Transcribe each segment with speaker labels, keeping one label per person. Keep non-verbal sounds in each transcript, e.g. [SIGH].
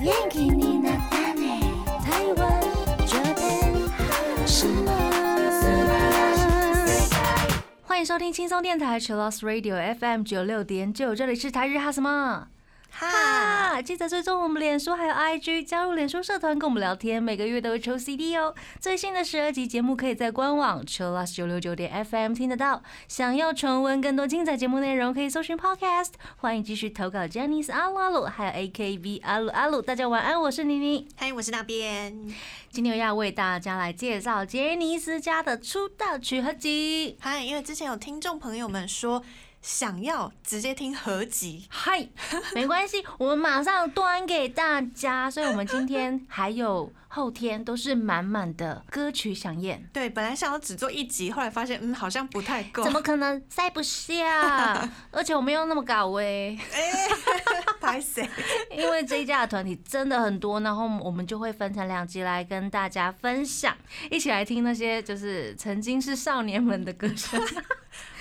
Speaker 1: 元気になったね台湾这边什么
Speaker 2: 欢迎收听轻松电台 c h i l l o s Radio FM 九六点九，这里是台日哈什么
Speaker 3: 哈，
Speaker 2: 哈，记得追踪我们脸书还有 IG，加入脸书社团跟我们聊天，每个月都会抽 CD 哦。最新的十二集节目可以在官网 c h i l l o s 九六九点 FM 听得到。想要重温更多精彩节目内容，可以搜寻 Podcast。欢迎继续投稿 j a n i c e 阿鲁阿鲁，还有 AKB 阿鲁阿鲁。大家晚安，我是妮妮。
Speaker 3: 嗨，我是那边。
Speaker 2: 今天要为大家来介绍杰尼斯家的出道曲合集。
Speaker 3: 嗨，因为之前有听众朋友们说想要直接听合
Speaker 2: [LAUGHS]
Speaker 3: 集，
Speaker 2: 嗨，没关系，我们马上端给大家。所以，我们今天还有后天都是满满的歌曲响宴，
Speaker 3: 对，本来想要只做一集，后来发现嗯好像不太够，
Speaker 2: 怎么可能塞不 [LAUGHS] 下？而且我们又那么搞哎、
Speaker 3: 拍谁？ [LAUGHS]
Speaker 2: 因为这一家的团体真的很多，然后我们就会分成两集来跟大家分享，一起来听那些就是曾经是少年们的歌声，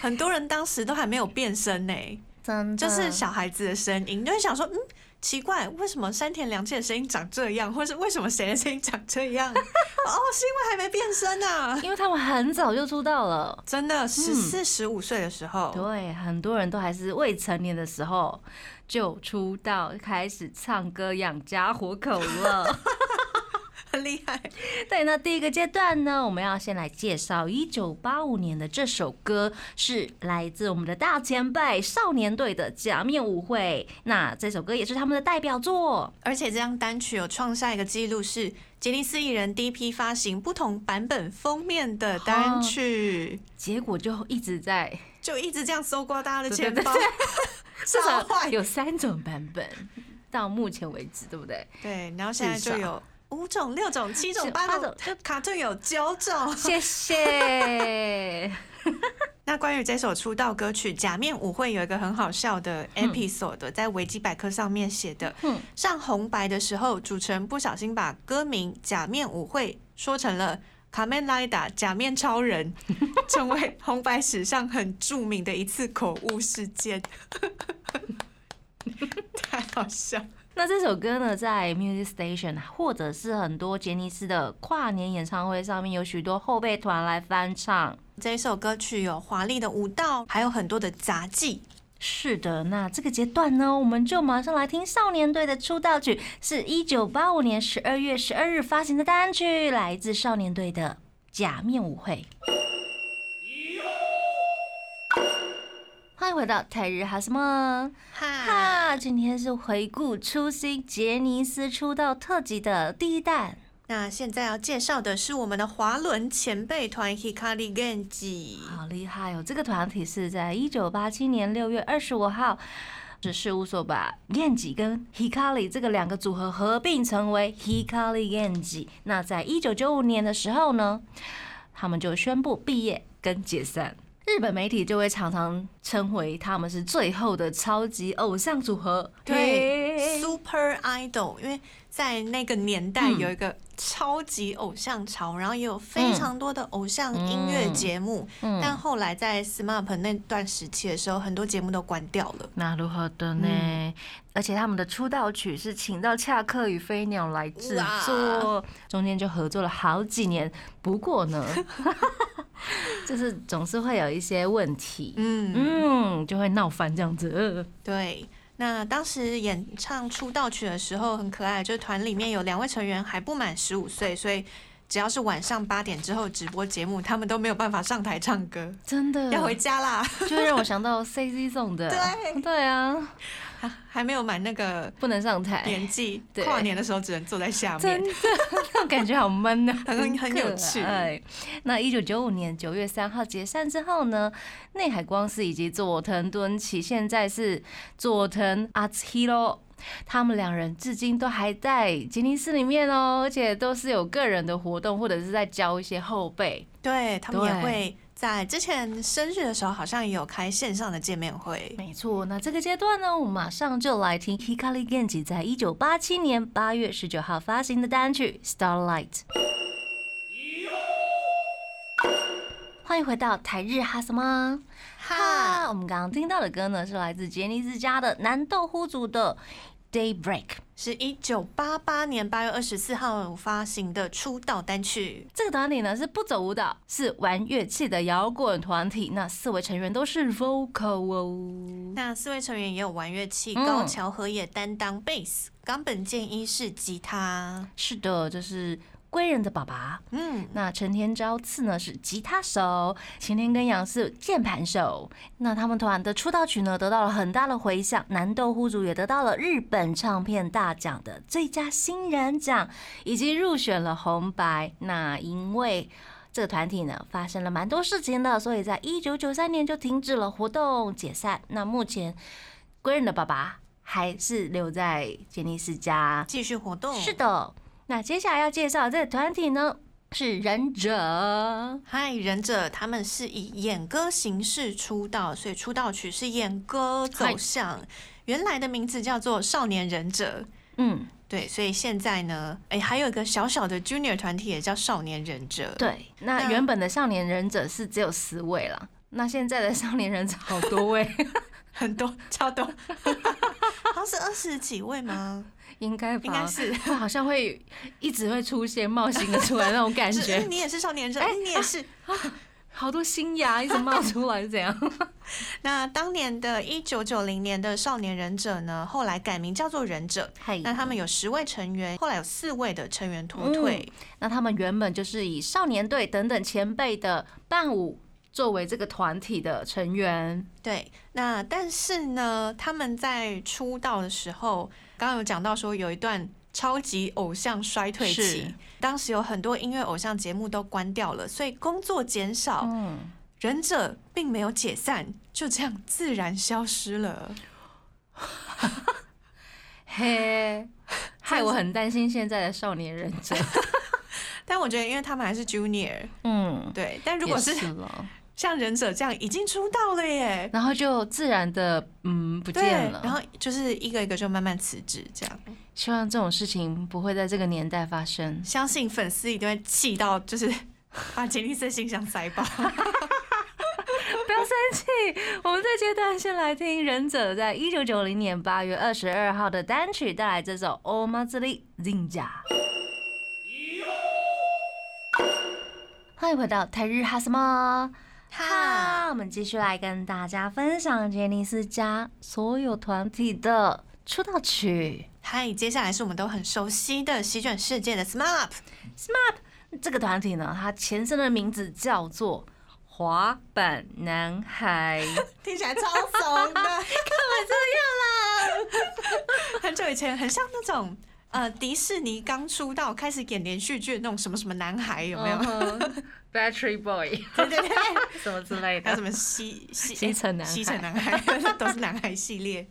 Speaker 3: 很多人当时都还没有变声呢、
Speaker 2: [LAUGHS] 真的
Speaker 3: 就是小孩子的声音，就会想说嗯。奇怪，为什么山田凉介的声音长这样，或是为什么谁的声音长这样？ [LAUGHS] 哦，是因为还没变声啊！
Speaker 2: 因为他们很早就出道了。
Speaker 3: 真的，十四、十五岁的时候，
Speaker 2: 嗯对，很多人都还是未成年的时候就出道，开始唱歌养家糊口 [LAUGHS] 了。
Speaker 3: 很厉害。
Speaker 2: 对，那第一个阶段呢，我们要先来介绍一九八五年的这首歌，是来自我们的大前辈少年队的《假面舞会》。那这首歌也是他们的代表作。
Speaker 3: 而且这张单曲有创下一个记录，是杰尼斯艺人第一批发行不同版本封面的单曲，
Speaker 2: 结果就一直 [LAUGHS] 在，
Speaker 3: 就一直这样搜刮大家的钱
Speaker 2: 对对
Speaker 3: 包， [LAUGHS]
Speaker 2: 至
Speaker 3: 炸
Speaker 2: 少
Speaker 3: 坏。
Speaker 2: 有三种版本，到目前为止，对不对？
Speaker 3: 对，然后现在就
Speaker 2: 至
Speaker 3: 有五种、六种、七种、
Speaker 2: 是
Speaker 3: 八
Speaker 2: 八
Speaker 3: 种
Speaker 2: 种，
Speaker 3: 就卡顿有九种。
Speaker 2: 谢 [LAUGHS] 谢。
Speaker 3: 那关于这首出道歌曲《假面舞会》，有一个很好笑的 episode，在维基百科上面写的
Speaker 2: 嗯，
Speaker 3: 上红白的时候，主持人不小心把歌名《假面舞会》说成了。卡梅拉达假面超人成为红白史上很著名的一次口误事件， [LAUGHS] 太好笑！
Speaker 2: 那这首歌呢，在 Music Station 或者是很多杰尼斯的跨年演唱会上面，有许多后备团来翻唱。
Speaker 3: 这首歌曲有华丽的舞蹈，还有很多的杂技，
Speaker 2: 是的，那这个阶段呢，我们就马上来听少年队的出道曲，是一九八五年十二月十二日发行的单曲，来自少年队的《假面舞会》。欢迎回到泰日哈什么？
Speaker 3: 哈，
Speaker 2: 哈，今天是回顾初心杰尼斯出道特辑的第一弹。
Speaker 3: 那现在要介绍的是我们的滑轮前辈团 Hikari Genji。
Speaker 2: 好厉害哦！这个团体是在一九八七年六月二十五号，是事务所把 Genji 跟 Hikari 这个两个组合合并成为 Hikari Genji。那在一九九五年的时候呢，他们就宣布毕业跟解散。日本媒体就会常常称为他们是最后的超级偶像组合。
Speaker 3: 对
Speaker 2: 嘿
Speaker 3: ，Super Idol，因为在那个年代
Speaker 2: 嗯
Speaker 3: 有一个超级偶像潮，然后也有非常多的偶像音乐节目，
Speaker 2: 嗯
Speaker 3: 但后来在 SMAP 那段时期的时候，很多节目都关掉了。
Speaker 2: 那如何的呢？而且他们的出道曲是请到恰克与飞鸟来制作
Speaker 3: 哇，
Speaker 2: 中间就合作了好几年。不过 [LAUGHS] 呢，就是总是会有一些问题，
Speaker 3: 嗯，
Speaker 2: 嗯，就会闹翻这样子。呃
Speaker 3: 对。那当时演唱出道曲的时候很可爱，就是团里面有两位成员还不满十五岁，所以只要是晚上八点之后直播节目，他们都没有办法上台唱歌，
Speaker 2: 真的，
Speaker 3: 要回家啦，
Speaker 2: 就会让我想到 C C 送的，
Speaker 3: 对
Speaker 2: 嗯 [LAUGHS] 对啊，
Speaker 3: 还没有满那个
Speaker 2: 不能上台，
Speaker 3: 年纪
Speaker 2: 哎对，
Speaker 3: 跨年的时候只能坐在下
Speaker 2: 真
Speaker 3: 面。
Speaker 2: 的， [LAUGHS] 那种感觉好闷啊，
Speaker 3: [LAUGHS] 很很有趣
Speaker 2: 可爱。那一九九五年九月三号解散之后呢，内海光司以及佐藤敦起，现在是佐藤阿七喽。他们两人至今都还在吉尼斯里面哦，而且都是有个人的活动，或者是在教一些后辈。
Speaker 3: 对他们也
Speaker 2: 对
Speaker 3: 会在之前生日的时候，好像也有开线上的见面会。
Speaker 2: 没错，那这个阶段呢，我们马上就来听 Hikari Genji 在一九八七年八月十九号发行的单曲《Starlight》。欢迎回到台日哈什么哈？我们刚刚听到的歌呢，是来自杰尼斯家的南豆呼组的 Daybreak。
Speaker 3: 是一九八八年八月二十四号发行的出道单曲。
Speaker 2: 这个团体呢是不走舞蹈，是玩乐器的摇滚团体。那四位成员都是 vocal 哦。
Speaker 3: 那四位成员也有玩乐器，
Speaker 2: 嗯
Speaker 3: 高桥和也担当贝斯，冈本健一是吉他。
Speaker 2: 是的，就是归人的爸爸。
Speaker 3: 嗯，
Speaker 2: 那陈天昭次呢是吉他手，晴天跟阳是键盘手。那他们团的出道曲呢得到了很大的回响，南斗户主也得到了日本唱片大奖的最佳新人奖，以及入选了红白。那因为这个团体呢发生了蛮多事情的，所以在一九九三年就停止了活动解散。那目前归人的爸爸还是留在杰尼斯家，
Speaker 3: 继续活动。
Speaker 2: 是，的，那接下来要介绍的这个团体呢是忍者，
Speaker 3: 嗨，忍者他们是以演歌形式出道，所以出道曲是演歌
Speaker 2: 嗨
Speaker 3: 走向。原来的名字叫做少年忍者。
Speaker 2: 嗯，
Speaker 3: 对，所以现在呢，哎、还有一个小小的 Junior 团体也叫少年忍者。
Speaker 2: 对，那
Speaker 3: 那
Speaker 2: 原本的少年忍者是只有十位啦，那现在的少年忍者好多 [LAUGHS] 位，
Speaker 3: 很多，超多， [LAUGHS] 好像是二十几位吗？
Speaker 2: 应该吧？
Speaker 3: 应该是。
Speaker 2: 会好像会一直会出现冒新的出来那种感
Speaker 3: 是
Speaker 2: [LAUGHS] 觉，
Speaker 3: 你也是少年忍，
Speaker 2: 哎
Speaker 3: 你
Speaker 2: [LAUGHS]
Speaker 3: 也是。
Speaker 2: 好多新芽一直冒出来，是怎样？
Speaker 3: 那当年的一九九零年的少年忍者呢，后来改名叫做忍者。
Speaker 2: [LAUGHS] 嘿
Speaker 3: 那他们有十位成员，后来有四位的成
Speaker 2: 嗯
Speaker 3: 员脱退。
Speaker 2: 那他们原本就是以少年队等等前辈的伴舞作为这个团体的成员，
Speaker 3: 对，那但是呢，他们在出道的时候，刚刚有讲到说有一段超级偶像衰退
Speaker 2: 是
Speaker 3: 期，当时有很多音乐偶像节目都关掉了，所以工作减少，
Speaker 2: 嗯。
Speaker 3: 忍者并没有解散，就这样自然消失了。
Speaker 2: [LAUGHS] 嘿，害我很担心现在的少年忍者。
Speaker 3: 但我觉得，因为他们还是 junior，
Speaker 2: 嗯，
Speaker 3: 对，但如果是
Speaker 2: 也了，
Speaker 3: 像忍者这样已经出道了耶，
Speaker 2: [LAUGHS] 然后就自然的嗯不
Speaker 3: 对，
Speaker 2: 见了。嗯
Speaker 3: 然后就是一个一个就慢慢辞职，这样，
Speaker 2: 希望这种事情不会在这个年代发生。
Speaker 3: 相信粉丝一定会气到，就是 [LAUGHS] 把杰尼斯的信箱塞爆。
Speaker 2: 不要生气，我们这阶段先来听忍者在一九九零年八月二十二号的单曲带来这首《o m a z u r i Zinja》。欢迎回到台日哈什么？
Speaker 3: 哈，
Speaker 2: 哈，我们继续来跟大家分享杰尼斯家所有团体的出道曲。
Speaker 3: 嗨，接下来是我们都很熟悉的席卷世界的 SMAP，
Speaker 2: 这个团体呢，它前身的名字叫做滑板男孩。
Speaker 3: 听起来超怂的，干嘛这 [LAUGHS] 样啦？很久以前，很像那种。呃，迪士尼刚出道开始演连续剧的那种什么什么男孩有
Speaker 2: 嗯
Speaker 3: 没有？
Speaker 2: [LAUGHS] Battery Boy
Speaker 3: 对对
Speaker 2: [LAUGHS]
Speaker 3: 对，
Speaker 2: 什么之类
Speaker 3: 还
Speaker 2: 的
Speaker 3: 有什，么西
Speaker 2: [LAUGHS]
Speaker 3: 西
Speaker 2: 西城男孩
Speaker 3: 西城男孩 [LAUGHS] 都是男孩系列，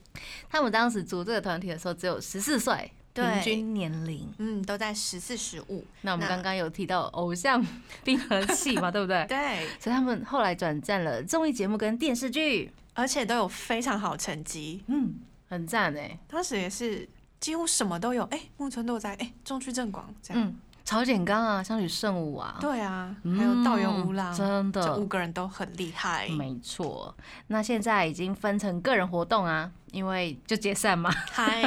Speaker 2: 他们当时组这个团体的时候只有十四岁，
Speaker 3: 对
Speaker 2: 平均年龄。
Speaker 3: 嗯，都在十四十五。
Speaker 2: 那我们刚刚有提到偶像冰河期 [LAUGHS] 嘛，对不对？
Speaker 3: 对，
Speaker 2: 所以他们后来转战了综艺节目跟电视剧，
Speaker 3: 而且都有非常好成绩，
Speaker 2: 嗯，很赞哎、
Speaker 3: 当时也是几乎什么都有，哎、木村拓哉，哎、中居正广这样。
Speaker 2: 嗯，朝简刚啊，相许圣武啊，
Speaker 3: 对啊，
Speaker 2: 嗯，
Speaker 3: 还有道元无郎，
Speaker 2: 真
Speaker 3: 这五
Speaker 2: 的。
Speaker 3: 个人都很厉害。
Speaker 2: 没错，那现在已经分成个人活动啊，因为就解散嘛。
Speaker 3: [LAUGHS]
Speaker 2: [LAUGHS]
Speaker 3: 嗨，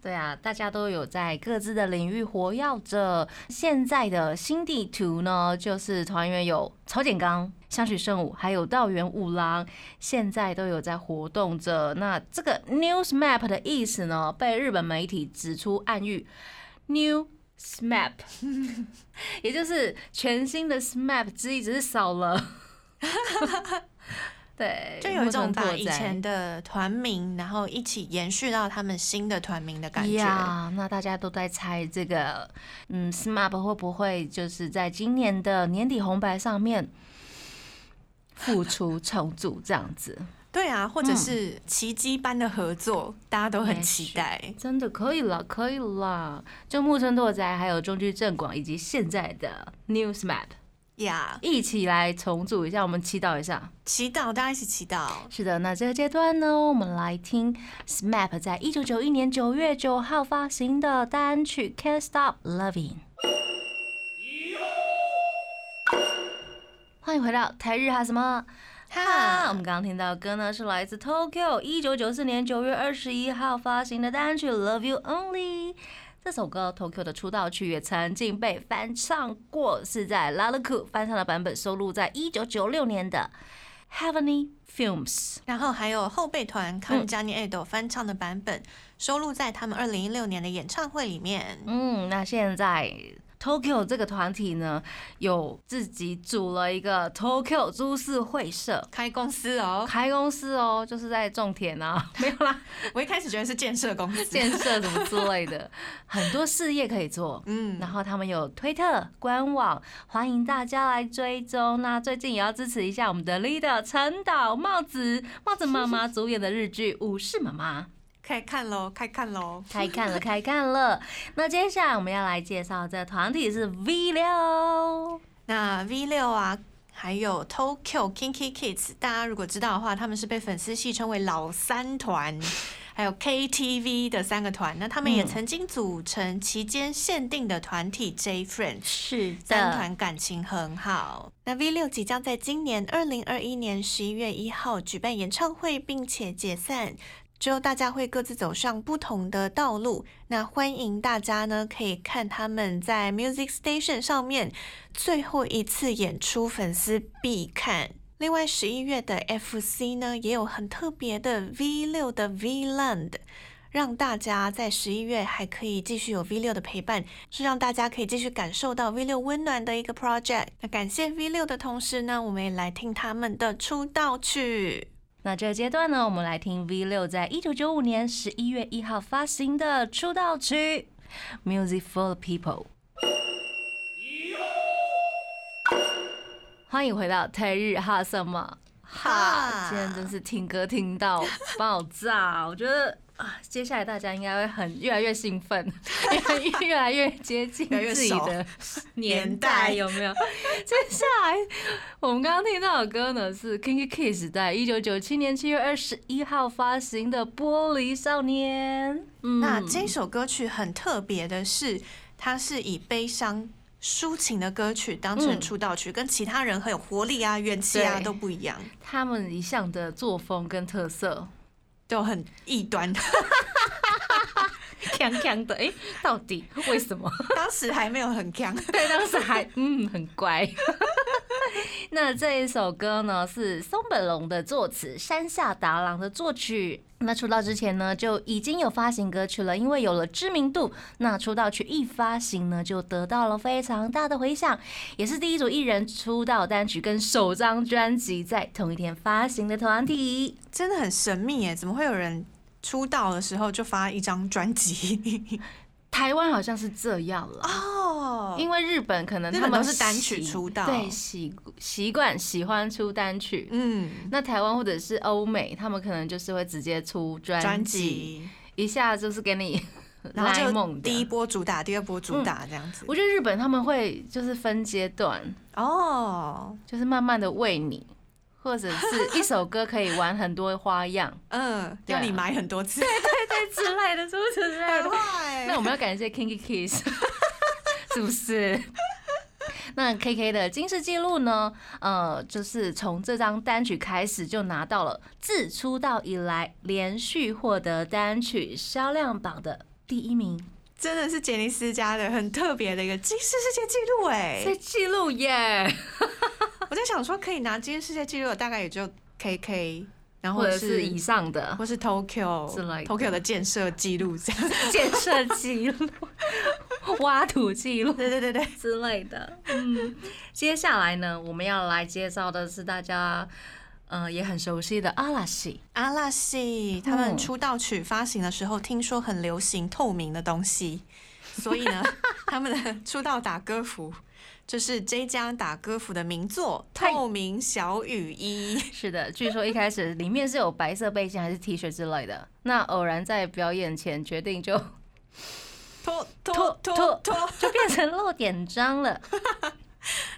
Speaker 2: 对啊，大家都有在各自的领域活跃着。现在的新地图呢，就是团员有曹简刚、香取圣武，还有道元五郎，现在都有在活动着。那这个 News Map 的意思呢，被日本媒体指出暗喻 New。SMAP，也就是全新的 SMAP 之一，只是少了。 [LAUGHS] 对，
Speaker 3: 就有一种把
Speaker 2: 木村拓
Speaker 3: 以
Speaker 2: 哉
Speaker 3: 前的团名，然后一起延续到他们新的团名的感觉。
Speaker 2: 呀那大家都在猜这个，嗯，SMAP 会不会就是在今年的年底红白上面复出重组这样子？
Speaker 3: 对啊，或者是
Speaker 2: 嗯
Speaker 3: 奇迹般的合作，大家都很期待。
Speaker 2: [LAUGHS] 真的可以了，可以了。就木村拓哉、还有中居正广以及现在的 New SMAP
Speaker 3: 呀
Speaker 2: 一起来重组一下，我们祈祷一下。
Speaker 3: 祈祷，大家一起祈祷。
Speaker 2: 是的，那这个阶段呢，我们来听 SMAP 在一九九一年九月九号发行的单曲《Can't Stop Loving》。欢迎回到台日哈什么？哈，我们刚刚听到的歌呢，是来自 Tokyo 一九九四年九月二十一号发行的单曲《Love You Only》。这首歌 Tokyo 的出道曲也曾经被翻唱过，是在 l a l a k u 翻唱的版本收录在一九九六年的 Heavenly Films。
Speaker 3: 然后还有后备团 c o
Speaker 2: 嗯
Speaker 3: n j a n i Edo 翻唱的版本，收录在他们二零一六年的演唱会里面。
Speaker 2: 嗯，那现在 Tokyo 这个团体呢，有自己组了一个 Tokyo 株式会社。
Speaker 3: 开公司哦，
Speaker 2: 开公司哦，就是在种田啊，没有啦，
Speaker 3: 我一开始觉得是建设公司。
Speaker 2: [LAUGHS] 建设什么之类的，很多事业可以做。
Speaker 3: 嗯，
Speaker 2: 然后他们有推特官网，欢迎大家来追踪。那最近也要支持一下我们的 leader 陈岛帽子帽子妈妈主演的日剧《武士妈妈》。
Speaker 3: 开看喽，开看喽。
Speaker 2: 开看了，开看了。那接下来我们要来介绍这团体是 V 六，
Speaker 3: 那 V 六啊，还有 Tokyo Kinky Kids，大家如果知道的话，他们是被粉丝戏称为老三团，还有 KTV 的三个团。那他们也
Speaker 2: 嗯
Speaker 3: 曾经组成期间限定的团体 J Friends。
Speaker 2: 是
Speaker 3: 三团感情很好。那 V 六即将在今年二零二一年十一月一号举办演唱会，并且解散。之后大家会各自走上不同的道路。那欢迎大家呢，可以看他们在 Music Station 上面最后一次演出，粉丝必看。另外，十一月的 FC 呢，也有很特别的 V 六的 V Land。让大家在十一月还可以继续有 V 六的陪伴，是让大家可以继续感受到 V 六温暖的一个 project。那感谢 V 六的同时呢，我们也来听他们的出道曲。
Speaker 2: 那这个阶段呢，我们来听 V 六在一九九五年十一月一号发行的出道曲《Music for the People》。欢迎回到台日哈什么哈
Speaker 3: 哈，
Speaker 2: 今天真是听歌听到爆炸，我觉得。啊，接下来大家应该会很越来越兴
Speaker 3: [LAUGHS]
Speaker 2: 奋，因为越来越接近
Speaker 3: 越来越
Speaker 2: 自己
Speaker 3: 熟 [LAUGHS]
Speaker 2: 的年
Speaker 3: 年
Speaker 2: 代，
Speaker 3: 代
Speaker 2: 有没有？ [LAUGHS] 接下来我们刚刚听到的歌呢是 Kinky Kids 在一九九七年七月二十一号发行的《玻璃少年》。嗯
Speaker 3: 那这首歌曲很特别的是，它是以悲伤。抒情的歌曲当成
Speaker 2: 嗯
Speaker 3: 出道曲，跟其他人很有活力啊、元气啊
Speaker 2: 对
Speaker 3: 都不一样，
Speaker 2: 他们一向的作风跟特 [LAUGHS] 色，
Speaker 3: 都很
Speaker 2: [LAUGHS]
Speaker 3: 异端。
Speaker 2: 锵锵的，哎、到底为什么？
Speaker 3: 当时还没有很强， [LAUGHS]
Speaker 2: [LAUGHS] 对，当时还嗯很乖。 [LAUGHS] 那这一首歌呢是松本龙的作词，山下达郎的作曲。那出道之前呢就已经有发行歌曲了，因为有了知名度，那出道曲一发行呢就得到了非常大的回响，也是第一组艺人出道单曲跟首张专辑在同一天发行的团体。
Speaker 3: 真的很神秘耶！怎么会有人出道的时候就发一张专辑？ [LAUGHS]
Speaker 2: 台湾好像是这样了。
Speaker 3: 哦
Speaker 2: 因为日本可能
Speaker 3: 日
Speaker 2: 他
Speaker 3: 本
Speaker 2: 们
Speaker 3: 都是单曲
Speaker 2: 习
Speaker 3: 出道
Speaker 2: 对习习惯喜欢出单曲，
Speaker 3: 嗯，
Speaker 2: 那台湾或者是欧美，他们可能就是会直接出专
Speaker 3: 专
Speaker 2: 辑，
Speaker 3: 辑，
Speaker 2: 一下就是给你
Speaker 3: [LAUGHS] 然后
Speaker 2: 来
Speaker 3: 就
Speaker 2: 梦
Speaker 3: 第一
Speaker 2: 的。嗯
Speaker 3: 波主打，第二波主打这样子。
Speaker 2: 我觉得日本他们会就是分阶段，
Speaker 3: 哦，
Speaker 2: 就是慢慢的喂你，或者是一首歌可以玩很多花
Speaker 3: [LAUGHS]
Speaker 2: 样
Speaker 3: 嗯，
Speaker 2: 对啊
Speaker 3: 要你买很多次，
Speaker 2: 之类的，是不 [LAUGHS] 是之类
Speaker 3: 很
Speaker 2: 的？
Speaker 3: [LAUGHS] 坏
Speaker 2: 那我们要感谢 Kinky Kiss，是不是？那 KK 的金氏记录呢？呃，就是从这张单曲开始就拿到了自出道以来连续获得单曲销量榜的第一名，
Speaker 3: 真的是杰尼斯家的很特别的一个吉氏世界纪录哎
Speaker 2: 这！记录耶，
Speaker 3: 我在想说，可以拿吉氏世界纪录，大概也就 KK，然后
Speaker 2: 或者是以
Speaker 3: 是
Speaker 2: 上的
Speaker 3: 或是 Tokyo
Speaker 2: 之类的
Speaker 3: Tokyo 的建设记录这样。
Speaker 2: 建设记 [LAUGHS] 录、挖土记录
Speaker 3: 对对对对，
Speaker 2: 之类的。嗯，接下来呢，我们要来介绍的是大家呃也很熟悉的阿拉西。
Speaker 3: 阿拉西他们
Speaker 2: 嗯
Speaker 3: 出道曲发行的时候，听说很流行透明的东西，所以
Speaker 2: [LAUGHS]
Speaker 3: 呢，他们的出道打歌服就是 J 家打歌服的名作《
Speaker 2: 嗨
Speaker 3: 透明小雨衣》。
Speaker 2: 是的，据说一开始里面是有白色背心还是 T 恤之类的。那偶然在表演前决定就
Speaker 3: 脱
Speaker 2: 脱
Speaker 3: 脱
Speaker 2: [LAUGHS] 脱
Speaker 3: 脱脱，
Speaker 2: [LAUGHS] 就变成露点章了。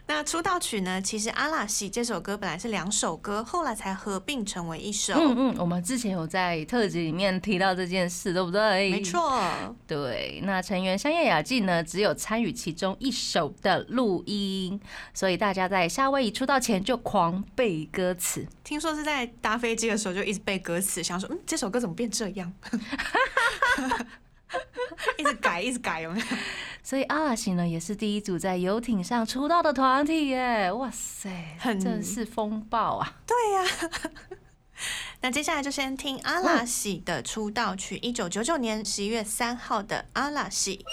Speaker 3: 那出道曲呢，其实阿拉西这首歌本来是两首歌，后来才合并成为一首。
Speaker 2: 嗯嗯，我们之前有在特辑里面提到这件事，对不对？
Speaker 3: 没。错，
Speaker 2: 对，那成员香叶雅纪呢，只有参与其中一首的录音，所以大家在夏威夷出道前就狂背歌词。
Speaker 3: 听说是在搭飞机的时候就一直背歌词，想说嗯这首歌怎么变这
Speaker 2: [LAUGHS]
Speaker 3: 样， [LAUGHS] 一直改一直改，有没有？
Speaker 2: 所以阿拉西呢，也是第一组在游艇上出道的团体耶！哇塞，
Speaker 3: 很
Speaker 2: 真是风暴啊！
Speaker 3: 那接下来就先听阿拉西的出道曲，一九九九年十一月三号的《阿拉西》。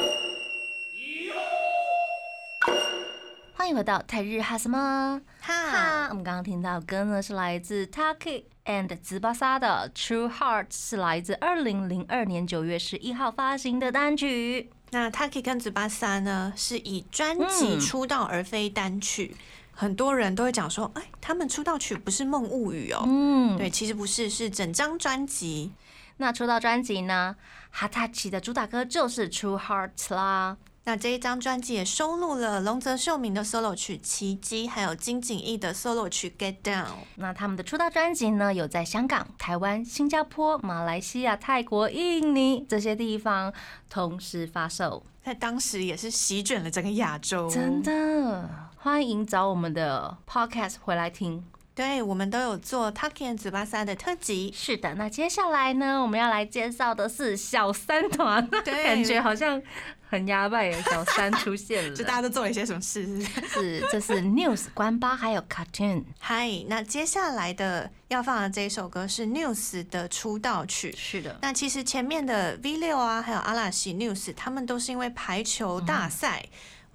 Speaker 2: 欢迎回到泰日哈什么
Speaker 3: 哈，
Speaker 2: 哈？我们刚刚听到歌呢是来自 Taki and 紫巴沙的《True Heart》，是来自二零零二年九月十一号发行的单曲。
Speaker 3: 那 Taki 跟 Tsubasa 呢是以专辑
Speaker 2: 嗯
Speaker 3: 出道而非单曲，很多人都会讲说，哎，他们出道曲不是《梦物语》哦。
Speaker 2: 嗯，
Speaker 3: 对，其实不是，是整张专辑。
Speaker 2: 那出道专辑呢，哈塔奇的主打歌就是《True Heart》啦。
Speaker 3: 那这一张专辑也收录了龙泽秀明的 solo 曲《奇迹》，还有金景逸的 solo 曲《Get Down》。
Speaker 2: 那他们的出道专辑呢，有在香港、台湾、新加坡、马来西亚、泰国、印尼这些地方同时发售，
Speaker 3: 在当时也是席卷了整个亚洲，
Speaker 2: 真。的欢迎找我们的 podcast 回来听。
Speaker 3: 对，我们都有做 Taki and Tsubasa 的特辑，
Speaker 2: 是的，那接下来呢，我们要来介绍的是小三团，
Speaker 3: [LAUGHS] 对
Speaker 2: 感觉好像很压败耶，小三出现了，
Speaker 3: 就大家都做了一些什么事是不是？
Speaker 2: [LAUGHS] 是这是 News 关八还有 Cartoon。
Speaker 3: 嗨，那接下来的要放的这一首歌是 News 的出道曲。
Speaker 2: 是的，
Speaker 3: 那其实前面的 V 六啊，还有阿拉西 News，他们都是因为排球大赛，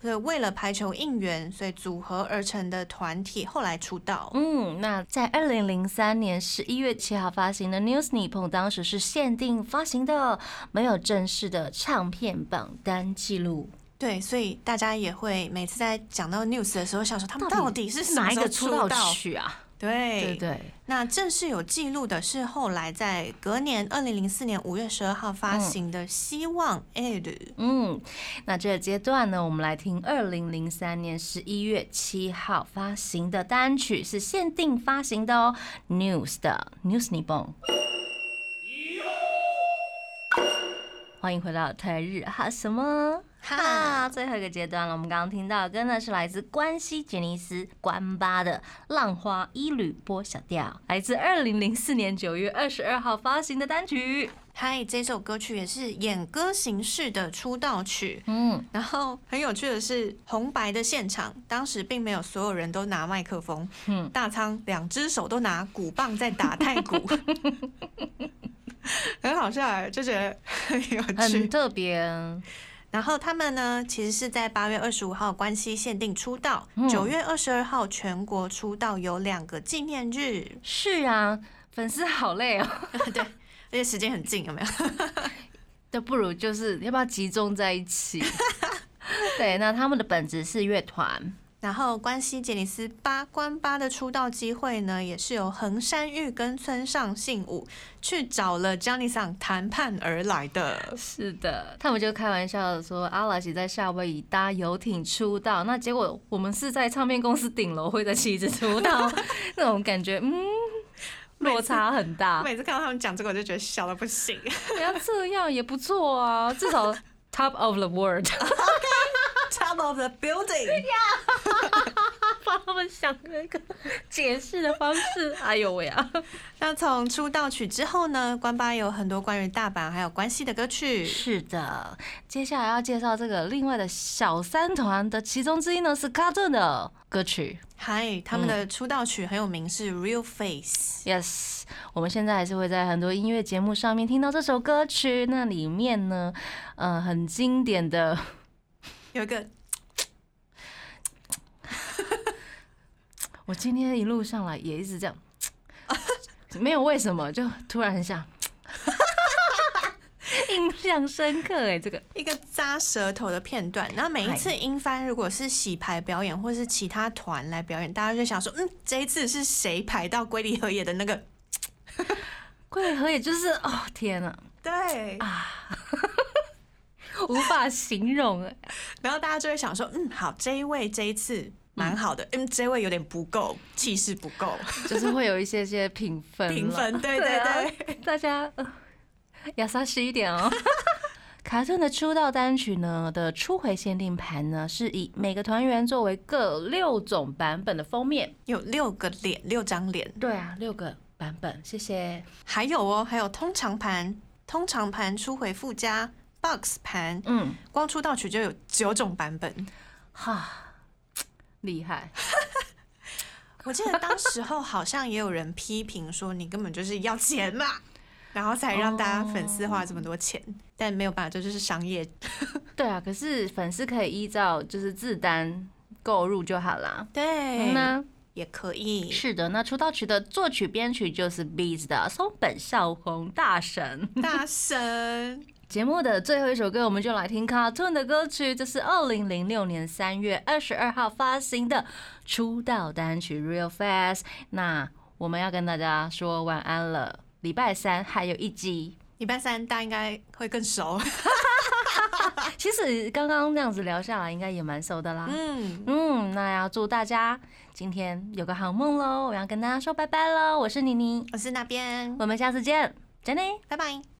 Speaker 3: 所以为了排球应援，所以组合而成的团体，后来出道。
Speaker 2: 嗯，那在二零零三年十一月七号发行的《News Nippon》当时是限定发行的，没有正式的唱片榜单记录。
Speaker 3: 对，所以大家也会每次在讲到 News 的时候，想说他们到底是什么
Speaker 2: 哪一
Speaker 3: 时候
Speaker 2: 个
Speaker 3: 出
Speaker 2: 出
Speaker 3: 道
Speaker 2: 道？曲啊？
Speaker 3: 对
Speaker 2: 对对，
Speaker 3: 那正式有记录的是后来在隔年二零零四年五月十二号发行的《希望 Air》。
Speaker 2: 嗯，那这个阶段呢，我们来听二零零三年十一月七号发行的单曲，是限定发行的哦，News 的《News Nippon》。欢迎回到台日哈什么？
Speaker 3: 哈
Speaker 2: 哈，最后一个阶段了。我们刚刚听到的歌呢，是来自关西杰尼斯关八的《浪花一缕波小调》，来自二零零四年九月二十二号发行的单曲。
Speaker 3: 嗨，这首歌曲也是演歌形式的出道曲。
Speaker 2: 嗯，
Speaker 3: 然后很有趣的是，红白的现场，当时并没有所有人都拿麦克风，
Speaker 2: 嗯
Speaker 3: 大仓两只手都拿鼓棒在打太鼓， [LAUGHS] 很好笑哎，就觉得很有
Speaker 2: 很
Speaker 3: 趣。
Speaker 2: 特别。
Speaker 3: 然后他们呢，其实是在八月二十五号关西限定出道，
Speaker 2: 嗯
Speaker 3: 九、月二十二号全国出道，有两个纪念日，
Speaker 2: 是啊，粉丝好累 [LAUGHS] 哦，
Speaker 3: 对，而且时间很近，有没 [LAUGHS] 有？
Speaker 2: 都不如就是要不要集中在一 [LAUGHS] 起？对，那他们的本质是乐团，
Speaker 3: 然后关西杰尼斯八关八的出道机会呢，也是由横山裕跟村上信五去找了 Johnny Sang 谈判而来的。
Speaker 2: 是的，他们就开玩笑的说阿拉西在夏威夷搭游艇出道，那结果我们是在唱片公司顶楼会在妻子出 [LAUGHS] 道，那种感觉，嗯，落差很大。
Speaker 3: 每次看到他们讲这个，我就觉得笑到不行。
Speaker 2: 不要这样也不错啊，至少 top of the world，
Speaker 3: [LAUGHS] Top of the building，
Speaker 2: [LAUGHS] 帮他们想那个解释的方式。 [LAUGHS] 哎呦喂啊！
Speaker 3: 那从出道曲之后呢，关八有很多关于大阪还有关西的歌曲。
Speaker 2: 是的，接下来要介绍这个另外的小三团的其中之一呢是 Cartoon 的歌曲。
Speaker 3: 嗨，他们的出道曲很有名，是 Real Face。
Speaker 2: Yes，我们现在还是会在很多音乐节目上面听到这首歌曲。那里面呢，呃，很经典的，
Speaker 3: 有一个
Speaker 2: 我今天一路上来也一直这样，没有为什么，就突然很想， [LAUGHS] 印象深刻哎、这个
Speaker 3: 一个扎舌头的片段，那每一次英翻如果是洗牌表演或是其他团来表演，大家就想说，嗯，这一次是谁排到龟梨和也的那个？
Speaker 2: 桂和也就是哦天呐、
Speaker 3: 对，
Speaker 2: 无法形容哎、欸
Speaker 3: 然后大家就会想说，嗯，好，这一位这一次蛮好的。M J 位有点不够，气势不够，
Speaker 2: 就是会有一些些评分啦，
Speaker 3: 评分，对
Speaker 2: 对
Speaker 3: 对
Speaker 2: 啊
Speaker 3: 对。
Speaker 2: 大家呃要稍细一点 [LAUGHS] 哦。卡顿的出道单曲呢的初回限定盘呢，是以每个团员作为各六种版本的封面。
Speaker 3: 有六个脸，六张脸，
Speaker 2: 对啊，六个版本，谢谢。
Speaker 3: 还有哦，还有通常盘，通常盘初回附加 box 盘，
Speaker 2: 嗯，
Speaker 3: 光出道曲就有九种版本。
Speaker 2: 哈，厉害。
Speaker 3: 我记得当时候好像也有人批评说，你根本就是要钱嘛， [LAUGHS] 然后才让大家粉丝花这么多钱，但没有办法，这就是商业。
Speaker 2: 对啊，可是粉丝可以依照就是自单购入就好啦。
Speaker 3: 对
Speaker 2: 嗯呢，
Speaker 3: 也可以。
Speaker 2: 是的，那出道曲的作曲编曲就是 Beats 的松本孝宏大神。
Speaker 3: 大神，
Speaker 2: 节目的最后一首歌，我们就来听 Cartoon 的歌曲，这是二零零六年三月二十二号发行的出道单曲《Real Fast》。那我们要跟大家说晚安了，礼拜三还有一集。
Speaker 3: 礼拜三大家应该会更熟。
Speaker 2: 啊其实刚刚那样子聊下来，应该也蛮熟的啦。
Speaker 3: 嗯，
Speaker 2: 嗯，那要祝大家今天有个好梦喽！我要跟大家说拜拜喽，我是妮妮，
Speaker 3: 我是那边，
Speaker 2: 我们下次见，再见。
Speaker 3: 拜拜。